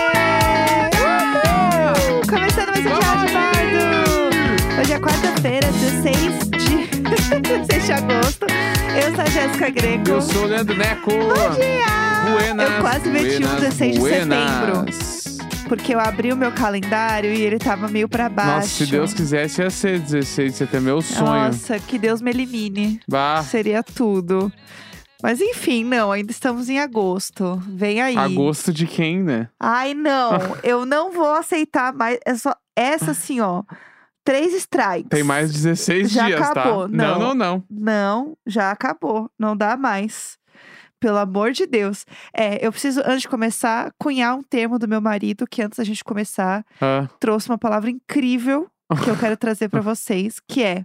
é Jéssica Greco. Eu sou o Leandro Neco. Bom dia! Buenas, Eu quase meti um buenas, 16 de setembro. buenas. Porque eu abri o meu calendário e ele tava meio pra baixo. Nossa, se Deus quisesse, ia ser 16 de setembro. Meu sonho. Ah. Nossa, que Deus me elimine. Bah, Seria tudo. Mas enfim, não, ainda estamos em agosto. Vem aí. agosto de quem, né? Ai, não, eu não vou aceitar mais. É só essa assim, ó. Três strikes. Tem mais 16 Já dias, acabou, tá? Não, não. não, não. Não, já acabou. Não dá mais. Pelo amor de Deus. É, eu preciso, antes de começar, cunhar um termo do meu marido, que antes da gente começar, Ah, trouxe uma palavra incrível que eu quero trazer pra vocês, que é: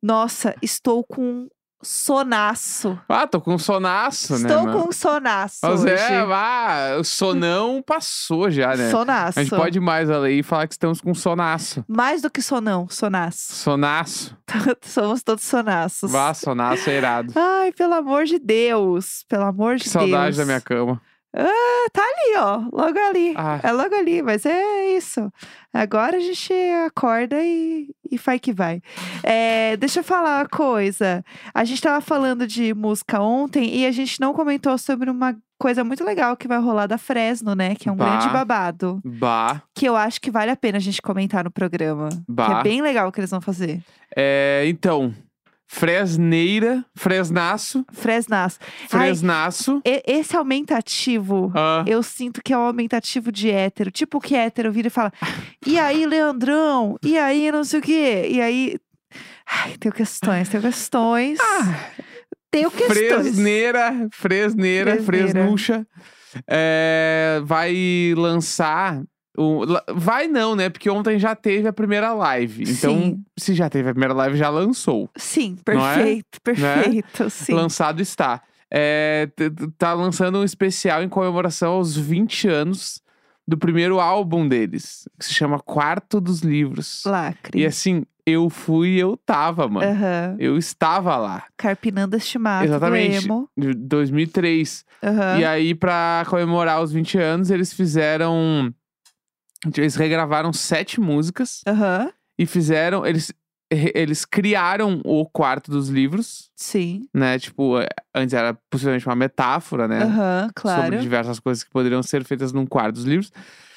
Nossa, estou com um sonaço. Ah, tô com sonaço, né? estou mano? com um sonaço. Mas hoje. é, ah, o sonão passou já, né? Sonaço. A gente pode ir mais além e falar que estamos com sonaço. Mais do que sonão, sonaço. Sonaço. Somos todos sonaços. Vá, sonaço é irado. Ai, pelo amor de Deus. Pelo amor de Que saudade Deus. da minha cama. ali, ó, logo ali. Ah. É logo ali, mas é isso. Agora a gente acorda e, e faz que vai. É, deixa eu falar uma coisa. A gente tava falando de música ontem e a gente não comentou sobre uma coisa muito legal que vai rolar da Fresno, né? Que é um Bah. grande babado. Bah. Que eu acho que vale a pena a gente comentar no programa. Que é Bah. bem legal o que eles vão fazer. É, então, Fresneira, Fresnaço, Fresnas. Ai, Fresnaço. e- esse aumentativo Ah, Eu sinto que é um aumentativo de hétero. Tipo que hétero vira e fala: E aí, Leandrão? E aí, não sei o quê? E aí. Ai, tenho questões, tenho questões. Ah, tenho questões. Fresneira, Fresneira, Fresneira. Fresnucha. É, vai lançar. o- la- vai não, né? Porque ontem já teve a primeira live. Então, Sim. se já teve a primeira live, já lançou. Sim, Não é? perfeito, perfeito. Sim. Lançado está. É, t- t- tá lançando um especial em comemoração aos 20 anos do primeiro álbum deles, que se chama Quarto dos Livros. Lacre. E assim, eu fui e eu tava, mano. Aham. Eu estava lá, Carpinando estimado. Exatamente. Do emo. de 2003. Aham. E aí, pra comemorar os 20 anos, eles fizeram. Eles regravaram sete músicas Aham. e fizeram. Eles, eles criaram o quarto dos livros, Sim. né? Tipo, eh, antes era possivelmente uma metáfora, né? Aham, claro. Sobre diversas coisas que poderiam ser feitas num quarto dos livros.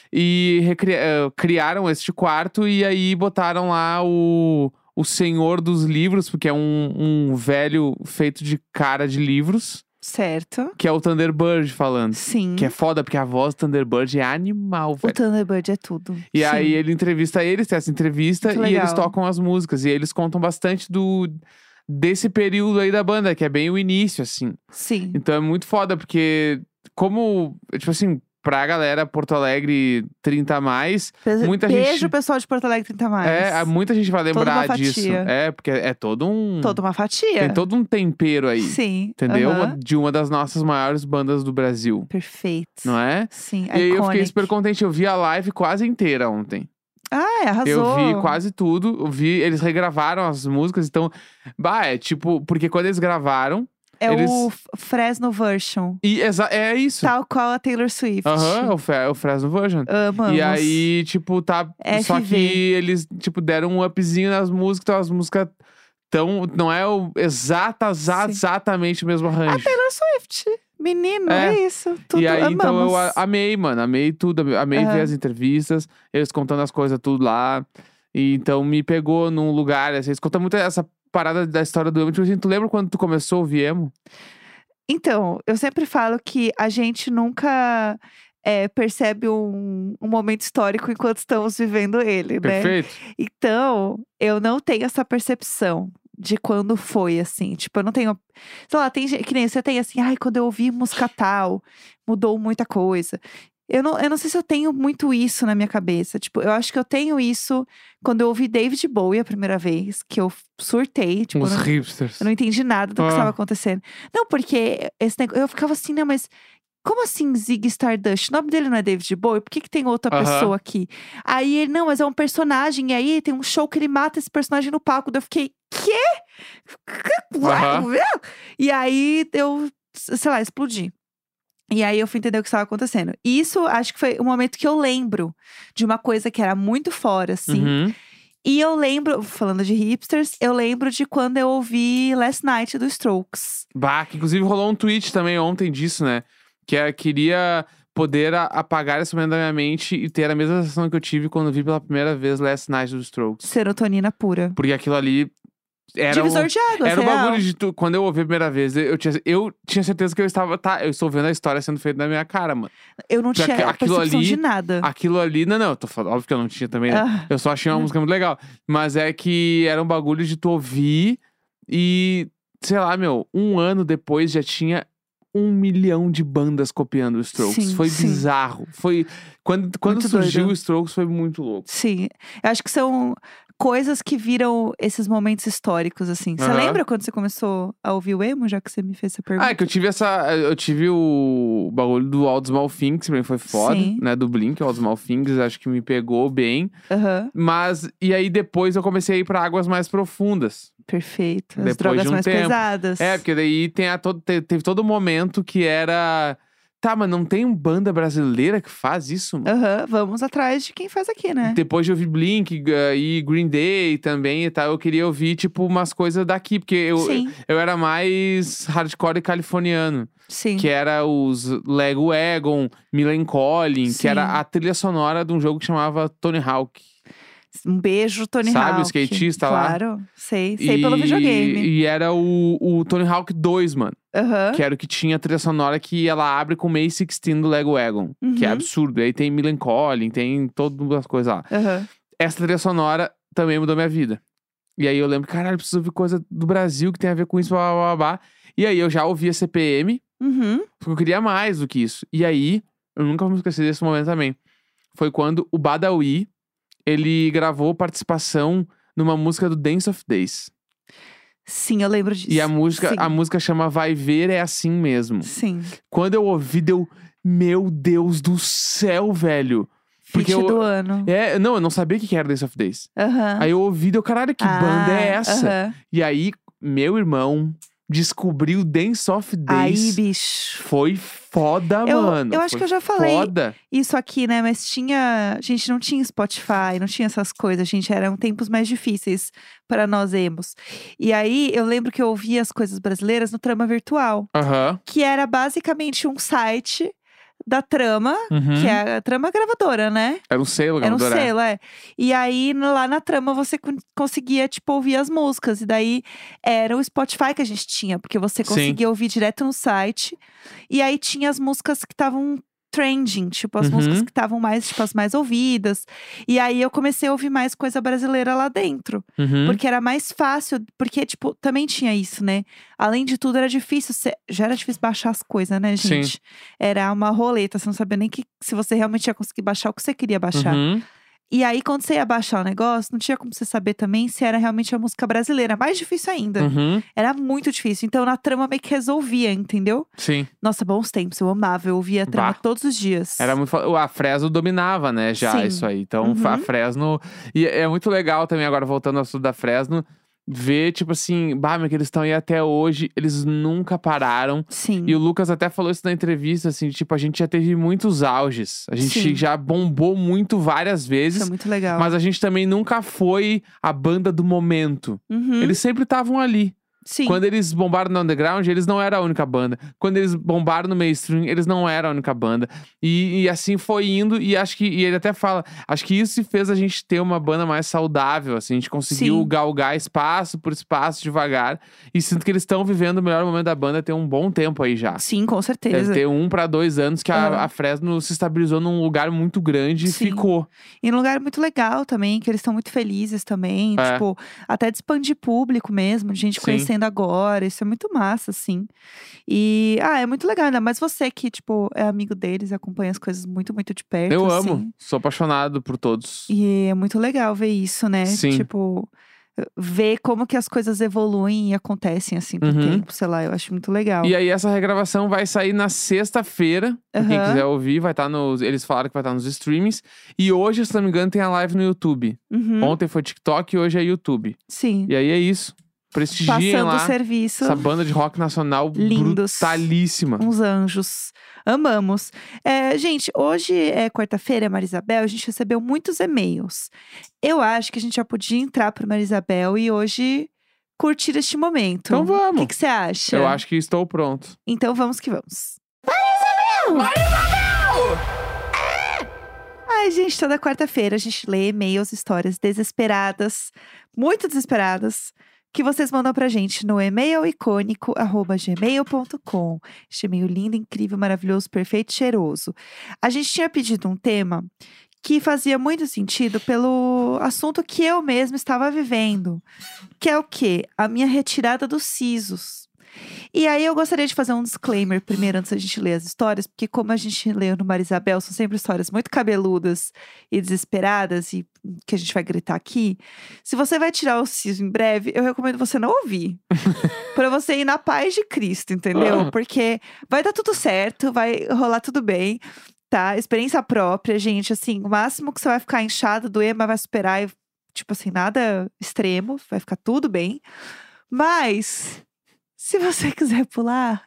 E recri- eh, criaram este quarto e aí botaram lá o, o Senhor dos Livros, porque é um, um velho feito de cara de livros, Certo. que é o Thunderbird falando. Sim. Que é foda, porque a voz do Thunderbird é animal, O velho. Thunderbird é tudo. E Sim. aí ele entrevista eles, tem essa entrevista, Muito e eles legal. tocam as músicas. E eles contam bastante do desse período aí da banda, que é bem o início, assim. Sim. Então é muito foda, porque como, tipo assim, pra galera Porto Alegre 30 a mais, Beijo- muita gente- Beijo, pessoal de Porto Alegre 30 mais. é, a- muita gente vai Toda lembrar uma disso. fatia. É, porque é todo um. Toda uma fatia. Tem todo um tempero aí. Sim. Entendeu? aham. Uma- De uma das nossas maiores bandas do Brasil, Perfeito. não é? Sim, E aí eu fiquei iconic. super contente. Eu vi a live quase inteira ontem. Ah, é, arrasou. Eu vi quase tudo. Eu vi, eles regravaram as músicas, então. Bah, é tipo, porque quando eles gravaram. É o eles- F- Fresno version. E exa- é isso. Tal qual a Taylor Swift. Aham, é o, Fe- é o Fresno Version. Amamos. E aí, tipo, tá. Só FV. que eles, tipo, deram um upzinho nas músicas, então as músicas tão. Não é o exata, exa- Sim. exatamente o mesmo arranjo. É Taylor Swift. Menino, é, isso. Tudo e aí, amamos. então eu a- amei, mano. Amei tudo. ame- Amei Aham. ver as entrevistas, eles contando as coisas tudo lá. E então me pegou num lugar. Assim, eles contam muito essa parada da história do Emo. Tipo assim, tu lembra quando tu começou a ouvir Emo? Então, eu sempre falo que a gente nunca é, percebe um, um momento histórico enquanto estamos vivendo ele, né? Perfeito? Então, eu não tenho essa percepção de quando foi, assim. Tipo, eu não tenho. Sei lá, tem gente. Que nem você tem assim, ai, quando eu ouvi música tal, mudou muita coisa. Eu não, eu não sei se eu tenho muito isso na minha cabeça. Tipo, eu acho que eu tenho isso quando eu ouvi David Bowie a primeira vez, que eu surtei. Tipo, eu Os não, hipsters. eu não entendi nada do que Ah. estava acontecendo. Não, porque esse negócio, eu ficava assim, não, mas como assim Zig Stardust? O nome dele não é David Bowie? Por que, que tem outra Aham. pessoa aqui? Aí ele, não, mas é um personagem. E aí tem um show que ele mata esse personagem no palco. Daí eu fiquei, quê? Aham. E aí eu, sei lá, explodi. E aí eu fui entender o que estava acontecendo. E isso acho que foi o momento que eu lembro de uma coisa que era muito fora, assim. Uhum. E eu lembro, falando de hipsters, eu lembro de quando eu ouvi Last Night do Strokes. Bah, que inclusive rolou um tweet também ontem disso, né? Que eu queria poder a- apagar esse momento da minha mente e ter a mesma sensação que eu tive quando vi pela primeira vez Last Night do Strokes. Serotonina pura. Porque aquilo ali era um, Divisor de águas, era um real. bagulho de tu, quando eu ouvi a primeira vez, eu tinha, eu tinha certeza que eu estava, tá, eu estou vendo a história sendo feita na minha cara, mano. Eu não Porque tinha aqu- aquilo percepção ali- Ah, de nada. Aquilo ali, não, não, eu tô falando, óbvio que eu não tinha também, né? Ah, Eu só achei uma música muito legal. Mas é que era um bagulho de tu ouvir e, sei lá, meu, um ano depois já tinha um milhão de bandas copiando o Strokes. Sim, foi sim. bizarro. Foi. Quando, quando Muito surgiu doido. o Strokes foi muito louco. sim. Eu acho que são coisas que viram esses momentos históricos, assim. Você Aham. lembra quando você começou a ouvir o emo, já que você me fez essa pergunta? Ah, é que eu tive essa. Eu tive o bagulho do All the Small Things, pra mim foi foda, Sim. né? Do Blink, All the Small Things, acho que me pegou bem. Aham. Mas, e aí depois eu comecei a ir pra águas mais profundas. Perfeito. As Depois drogas de um mais tempo. pesadas. É, porque daí tem a todo, te- teve todo um momento que era. Tá, mas não tem banda brasileira que faz isso, mano? Aham, vamos atrás de quem faz aqui, né? Depois de ouvir Blink eh, e Green Day também e tal, eu queria ouvir, tipo, umas coisas daqui, porque eu, sim, eu era mais hardcore californiano, sim. que é era os Lego Egon, Millen Collin, que Sim. era a trilha sonora de um jogo que chamava Tony Hawk. Um beijo, Tony Sabe o Hawk. skatista lá? claro, sei. Sei pelo E- videogame. E era o, o Tony Hawk 2, mano. Aham. Que é, era o que tinha a trilha sonora que ela abre com o May 16 do Lego Egon. Que é Uhum. absurdo. E aí tem Millen Collin, tem todas as coisas lá. Aham. Essa trilha sonora também mudou minha vida. E aí eu lembro, caralho, preciso ouvir coisa do Brasil que tem a ver com isso, blá, blá, blá, blá. E aí eu já ouvia CPM, Uhum. porque eu queria mais do que isso. E aí, eu nunca vou me esquecer desse momento também. Foi quando o Badawi, ele gravou participação numa música do Dance of Days. Sim, eu lembro disso. E a música, Sim. a música chama Vai Ver É Assim Mesmo. Sim. Quando eu ouvi, deu. Meu Deus do céu, velho. Porque Feat eu- do ano. É, não, eu não sabia o que que era Dance of Days. Aham. Aí eu ouvi, deu, caralho, que Ah, banda é essa? aham. E aí, meu irmão descobriu Dance of Aí, Days. bicho. Foi foda, Eu, mano. eu acho Foi que eu já falei Foda. isso aqui, né? Mas tinha. A gente não tinha Spotify, não tinha essas coisas, gente. Eram tempos mais difíceis para nós emos. E aí eu lembro que eu ouvia as coisas brasileiras no Trama Virtual, Aham. que era basicamente um site da Trama, Uhum. que é a Trama Gravadora, né? Era um selo, Era um gravadora. selo, é. E aí, no- lá na trama, você con- conseguia, tipo, ouvir as músicas. E daí, era o Spotify que a gente tinha. Porque você Sim. conseguia ouvir direto no site. E aí, tinha as músicas que estavam trending. Tipo, as Uhum. músicas que estavam mais, tipo, as mais ouvidas. E aí, eu comecei a ouvir mais coisa brasileira lá dentro. Uhum. Porque era mais fácil. Porque, tipo, também tinha isso, né? Além de tudo, era difícil. cê- Já era difícil baixar as coisas, né, Sim. gente? Era uma roleta. Você não sabia nem que, se você realmente ia conseguir baixar o que você queria baixar. Uhum. E aí, quando você ia baixar o negócio, não tinha como você saber também se era realmente a música brasileira. É Mais difícil ainda. Uhum. Era muito difícil. Então, na trama meio que resolvia, entendeu? Sim. Nossa, bons tempos. Eu amava. Eu ouvia a trama Bah. todos os dias. Era muito foda. A Fresno dominava, né, já Sim. isso aí. Então, Uhum. a Fresno. E é muito legal também, agora voltando ao assunto da Fresno, ver, tipo assim, bah, meu, que eles estão aí até hoje, eles nunca pararam. Sim. E o Lucas até falou isso na entrevista, assim, tipo, a gente já teve muitos auges. A gente Sim. já bombou muito várias Isso é vezes. muito legal. Mas a gente também nunca foi a banda do momento. Uhum, Eles sempre estavam ali. Sim. Quando eles bombaram no underground, eles não eram a única banda. Quando eles bombaram no mainstream, eles não eram a única banda. E, e assim foi indo, e acho que. E ele até fala: acho que isso fez a gente ter uma banda mais saudável. Assim, a gente conseguiu Sim. galgar espaço por espaço devagar. E sinto que eles estão vivendo o melhor momento da banda tem um bom tempo aí já. Sim, com Deve certeza. ter um pra dois anos que Aham. a, a Fresno se estabilizou num lugar muito grande e Sim. ficou. E num lugar muito legal também, que eles estão muito felizes também. É. Tipo, até de expandir público mesmo, de gente Sim. conhecendo agora. Isso é muito massa, assim. E, ah, é muito legal, ainda mais você que, tipo, é amigo deles, acompanha as coisas muito, muito de perto. Eu assim. amo, sou apaixonado por todos. E é muito legal ver isso, né? Sim. Tipo, ver como que as coisas evoluem e acontecem, assim, com o Uhum. tempo, sei lá. Eu acho muito legal. E aí, essa regravação vai sair na sexta-feira. Pra Quem Aham. quiser ouvir, vai estar nos. Eles falaram que vai estar nos streamings. E hoje, se não me engano, tem a live no YouTube. Uhum, Ontem foi TikTok e hoje é YouTube. Sim. E aí é isso. prestigiem Passando o lá. serviço. Essa banda de rock nacional Lindos. brutalíssima. Uns anjos. Amamos. É, gente, hoje é quarta-feira, Marisabel. A gente recebeu muitos e-mails. Eu acho que a gente já podia entrar pro Marisabel e hoje curtir este momento. Então O vamos. que que você acha? Eu acho que estou pronto. Então vamos que vamos. Ai, gente, toda quarta-feira a gente lê e-mails, histórias desesperadas, muito desesperadas, que vocês mandam pra gente no e-mailicônico.gmail.com. Este e-mail lindo, incrível, maravilhoso, perfeito, cheiroso. A gente tinha pedido um tema que fazia muito sentido pelo assunto que eu mesma estava vivendo, que é o quê? A minha retirada dos sisos. E aí eu gostaria de fazer um disclaimer primeiro antes da gente ler as histórias, porque como a gente leu no Marisabel, são sempre histórias muito cabeludas e desesperadas e que a gente vai gritar aqui. Se você vai tirar o siso em breve, eu recomendo você não ouvir. Pra você ir na paz de Cristo, entendeu? Porque vai dar tudo certo, vai rolar tudo bem. Tá, experiência própria, gente. Assim, o máximo que você vai ficar inchado, doer, mas vai superar. E, tipo assim, nada extremo, vai ficar tudo bem. Mas se você quiser pular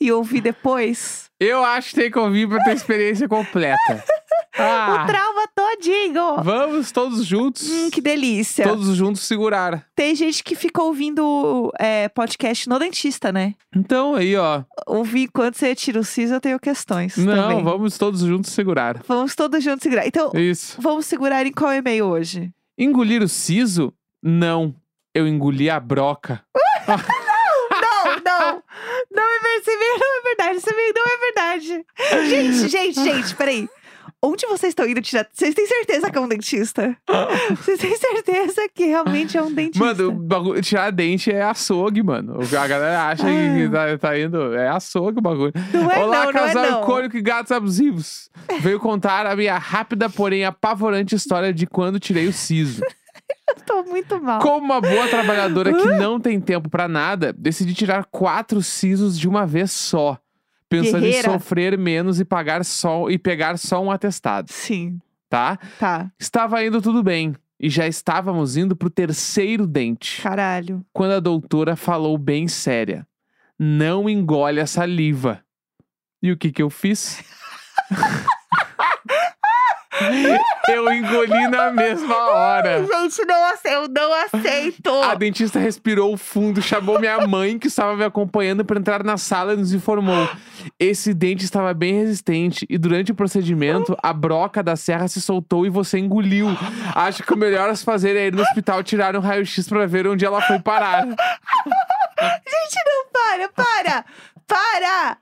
e ouvir depois, Eu acho que tem que ouvir pra ter experiência completa. o Ah, trauma todinho! vamos todos juntos. Hum, que delícia! Todos juntos segurar. Tem gente que fica ouvindo é, podcast no dentista, né? Então aí, ó. Ouvir enquanto você tira o siso, eu tenho questões Não, também. vamos todos juntos segurar. Vamos todos juntos segurar. Então, Isso. vamos segurar em qual e-mail hoje? Engolir o siso? Não. Eu engoli a broca. Não, não! Não é perceber, não é verdade. Isso meio não é verdade. Gente, gente, gente, peraí. Onde vocês estão indo tirar? Vocês têm certeza que é um dentista? Vocês têm certeza que realmente é um dentista? Mano, o bagulho- tirar dente é açougue, mano. A galera acha que tá, tá indo. É açougue o bagulho. Não é Olá, Ah. não, não é casal não. icônico e gatos abusivos. Veio contar a minha rápida, porém apavorante história de quando tirei o siso. Tô muito mal. Como uma boa trabalhadora que não tem tempo pra nada, decidi tirar quatro sisos de uma vez só. Pensando Guerreira. em sofrer menos e pagar só e pegar só um atestado, Sim, tá? tá. Estava indo tudo bem. E já estávamos indo pro terceiro dente. Caralho. Quando a doutora falou bem séria. Não engole a saliva. E o que que eu fiz? eu engoli na mesma hora. Gente, não aceito, não aceito. A dentista respirou fundo, chamou minha mãe, que estava me acompanhando, para entrar na sala e nos informou. Esse dente estava bem resistente e durante o procedimento, a broca da serra se soltou e você engoliu. Acho que o melhor a se fazer é ir no hospital tirar um raio-x para ver onde ela foi parar. Gente, não para, para! Para!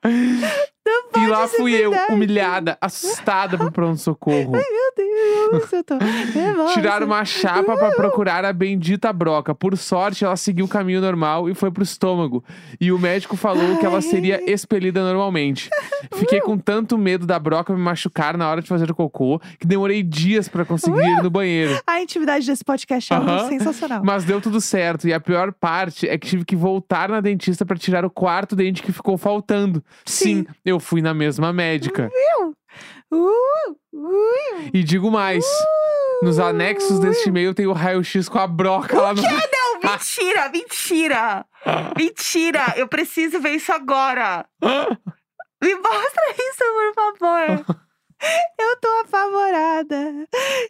Não pode E lá ser fui eu, verdade. humilhada, assustada pro pronto-socorro. Meu Deus, eu tô. nervosa. Tiraram uma chapa pra procurar a bendita broca. Por sorte, ela seguiu o caminho normal e foi pro estômago. E o médico falou que ela seria expelida normalmente. Fiquei com tanto medo da broca me machucar na hora de fazer o cocô que demorei dias pra conseguir ir no banheiro. A intimidade desse podcast é algo Aham. sensacional. Mas deu tudo certo. E a pior parte é que tive que voltar na dentista pra tirar o quarto dente que ficou faltando. Sim. Sim, eu fui na mesma médica. Uh, ui, E digo mais. Nos anexos deste e-mail tem o raio-x com a broca lá no. Não, mentira, mentira! Ah. Mentira! Eu preciso ver isso agora! Me mostra isso, por favor! Eu tô apavorada!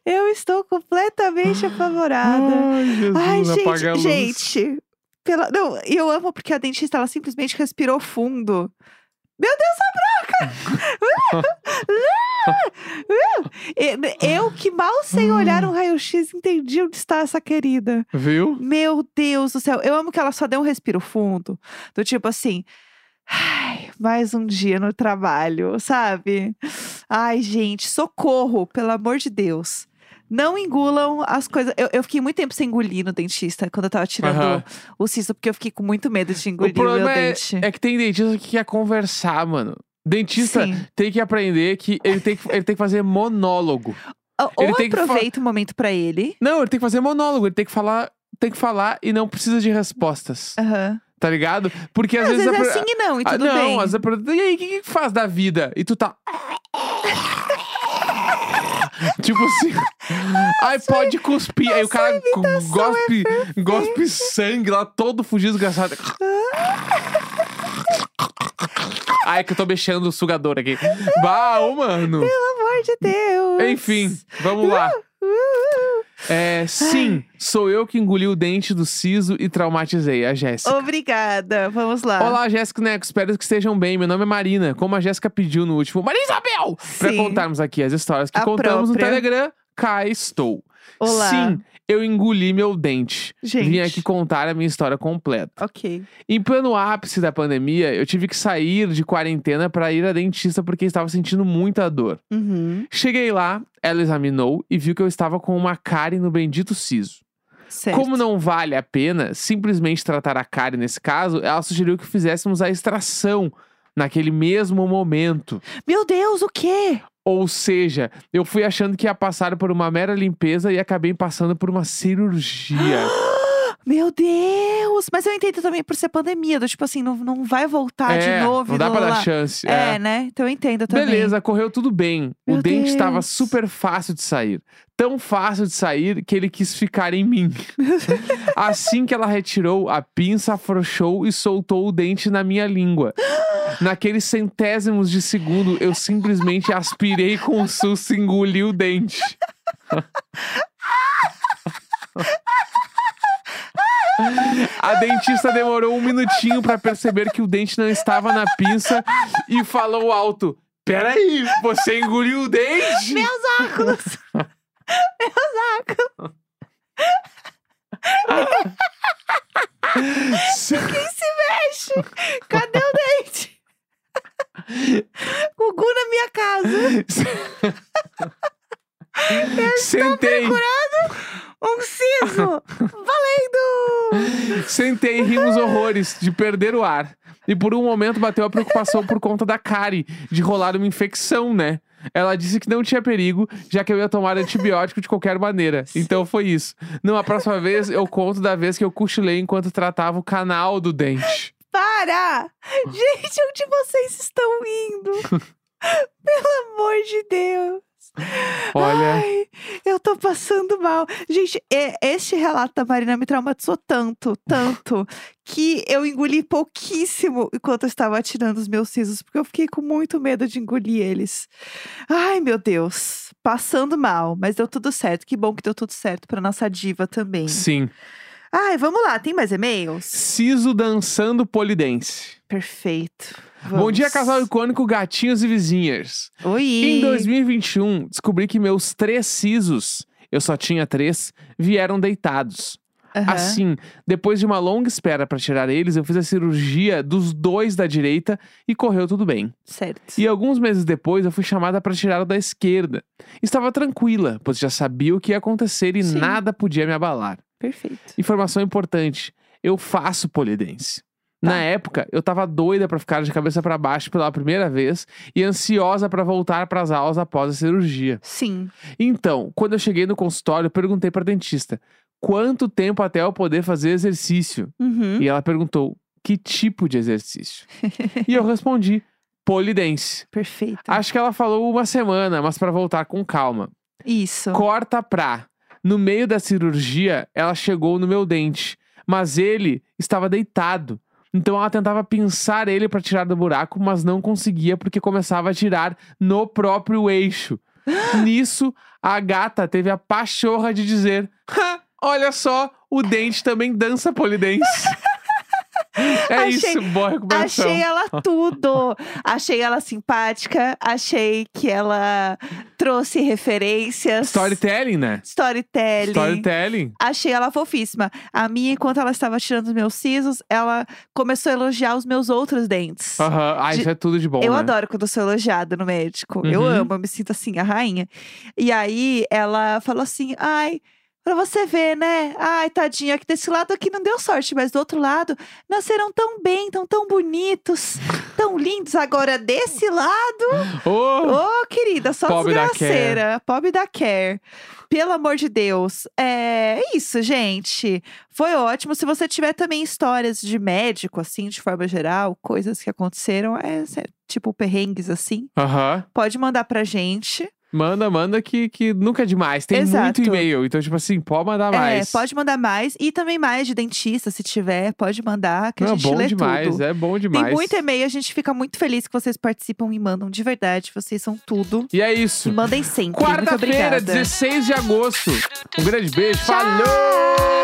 Eu estou completamente apavorada! Ai, Jesus, Ai, gente, apaga a luz. gente. Pela... Não, e eu amo porque a dentista, ela simplesmente respirou fundo. Meu Deus, a broca! E- eu que mal sem olhar um raio-x entendi onde está essa querida. Viu? Meu Deus do céu. Eu amo que ela só deu um respiro fundo. Do tipo assim... Ai, mais um dia no trabalho, sabe? Ai, gente, socorro, pelo amor de Deus. Não engulam as coisas. Eu, eu fiquei muito tempo sem engolir no dentista quando eu tava tirando Aham. o siso, porque eu fiquei com muito medo de engolir o, meu problema dente. É que tem dentista que quer conversar, mano. Dentista Sim. tem que aprender que ele tem que, ele tem que fazer monólogo. Ou ele tem que fa- aproveita o momento pra ele. Não, ele tem que fazer monólogo, ele tem que falar, tem que falar e não precisa de respostas. Aham. Tá ligado? Porque às, Às, vezes, a é per- sim e não, e Ah, tudo não, bem. às vezes a pergunta, e aí, o que, que faz da vida? E tu tá. tipo assim. Ai, pode cuspir. Aí o cara é gospe, gospe sangue lá, todo fugido, desgraçado. Ai, que eu tô mexendo o sugador aqui. Bah, ô, mano. Pelo amor de Deus. Enfim, vamos lá. Uh, É, sim, sou eu que engoli o dente do siso e traumatizei a Jéssica. Obrigada. Vamos lá. Olá, Jéssica e Neco, espero que estejam bem. Meu nome é Marina, como a Jéssica pediu no último. Maria Isabel! Pra Sim. contarmos aqui as histórias que A contamos própria. no Telegram, cá estou. Olá. Sim, eu engoli meu dente. Gente. Vim aqui contar a minha história completa. Ok. Em pleno ápice da pandemia, eu tive que sair de quarentena para ir à dentista porque estava sentindo muita dor. Uhum. Cheguei lá, ela examinou e viu que eu estava com uma cárie no bendito siso. Certo. Como não vale a pena simplesmente tratar a cárie nesse caso, ela sugeriu que fizéssemos a extração naquele mesmo momento. Meu Deus, o quê? Ou seja, eu fui achando que ia passar por uma mera limpeza e acabei passando por uma cirurgia. Meu Deus! Mas eu entendo também por ser pandemia, do tipo assim, não, não vai voltar é, de novo. não e dá blá, pra blá, dar blá. chance. é. É, né? Então eu entendo também. Beleza, correu tudo bem. o Meu dente estava Deus. super fácil de sair. Tão fácil de sair que ele quis ficar em mim. assim que ela retirou, a pinça afrouxou e soltou o dente na minha língua. Naqueles centésimos de segundo, eu simplesmente aspirei com o susto e engoli o dente. A dentista demorou um minutinho pra perceber que o dente não estava na pinça e falou alto: Peraí, você engoliu o dente? Meus óculos! Quem se mexe? Cadê o dente? Gugu na minha casa. Sentei, Um siso. Valendo! sentei e rimos horrores de perder o ar. E por um momento bateu a preocupação por conta da cárie, de rolar uma infecção, né? Ela disse que não tinha perigo, já que eu ia tomar antibiótico de qualquer maneira. Então foi isso. Numa próxima vez, eu conto da vez que eu cochilei enquanto tratava o canal do dente. Para! Gente, onde vocês estão indo? Pelo amor de Deus! Olha, Ai, eu tô passando mal. Gente, e- este relato da Marina me traumatizou tanto, tanto, que eu engoli pouquíssimo enquanto eu estava tirando os meus sisos, porque eu fiquei com muito medo de engolir eles. Ai, meu Deus. Passando mal, mas deu tudo certo. Que bom que deu tudo certo pra nossa diva também. sim. Ai, vamos lá, tem mais e-mails? Siso dançando polidense. Perfeito. Bom dia, Vamos. casal icônico, gatinhos e vizinhas. Oi. Em 2021, descobri que meus três sisos, eu só tinha três, vieram deitados. Aham. Assim, depois de uma longa espera para tirar eles, eu fiz a cirurgia dos dois da direita e correu tudo bem. Certo. E alguns meses depois, eu fui chamada para tirar o da esquerda. Estava tranquila, pois já sabia o que ia acontecer e Sim. nada podia me abalar. Perfeito. Informação importante: eu faço polidense. Tá. Na época, eu tava doida pra ficar de cabeça pra baixo pela primeira vez e ansiosa pra voltar pras aulas após a cirurgia. Sim. Então, quando eu cheguei no consultório, eu perguntei pra dentista: "Quanto tempo até eu poder fazer exercício?" Uhum. E ela perguntou: "Que tipo de exercício?" e eu respondi: "Polidense". Perfeito. Acho que ela falou uma semana, mas pra voltar com calma. Isso. Corta pra. No meio da cirurgia, ela chegou no meu dente, mas ele estava deitado. Então ela tentava pinçar ele para tirar do buraco, mas não conseguia porque começava a tirar no próprio eixo. Nisso, a gata teve a pachorra de dizer: "Ha, Olha só, o dente também dança polidense. é Achei- isso, boa recuperação. Achei ela tudo. achei ela simpática, achei que ela trouxe referências. Storytelling, né? Storytelling. Storytelling. Achei ela fofíssima. A minha, enquanto ela estava tirando os meus sisos, ela começou a elogiar os meus outros dentes. Aham, Ah, De- isso é tudo de bom. Eu né? adoro quando eu sou elogiada no médico. Eu Uhum. amo, eu me sinto assim, a rainha. E aí ela falou assim: ai, pra você ver, né? Ai, tadinho, aqui desse lado aqui não deu sorte, mas do outro lado nasceram tão bem, tão tão bonitos, tão lindos. Agora desse lado, Oh! ô querida, só Pobre da Care. desgraceira. Pobre da Care. Pelo amor de Deus. É isso, gente. Foi ótimo. Se você tiver também histórias de médico, assim, de forma geral, coisas que aconteceram, é, sé- tipo perrengues, assim, Aham. pode mandar pra gente. Manda, manda que, que nunca é demais. Tem Exato. muito e-mail. Então, tipo assim, pode mandar mais. É, pode mandar mais. E também mais de dentista, se tiver, pode mandar, que Não, a é gente bom lê demais, tudo. é bom demais. Tem muito e-mail, a gente fica muito feliz que vocês participam e mandam de verdade. Vocês são tudo. E é E isso. mandem sempre. Muito Quarta-feira, obrigada. 16 de agosto. Um grande beijo. Tchau! Falou!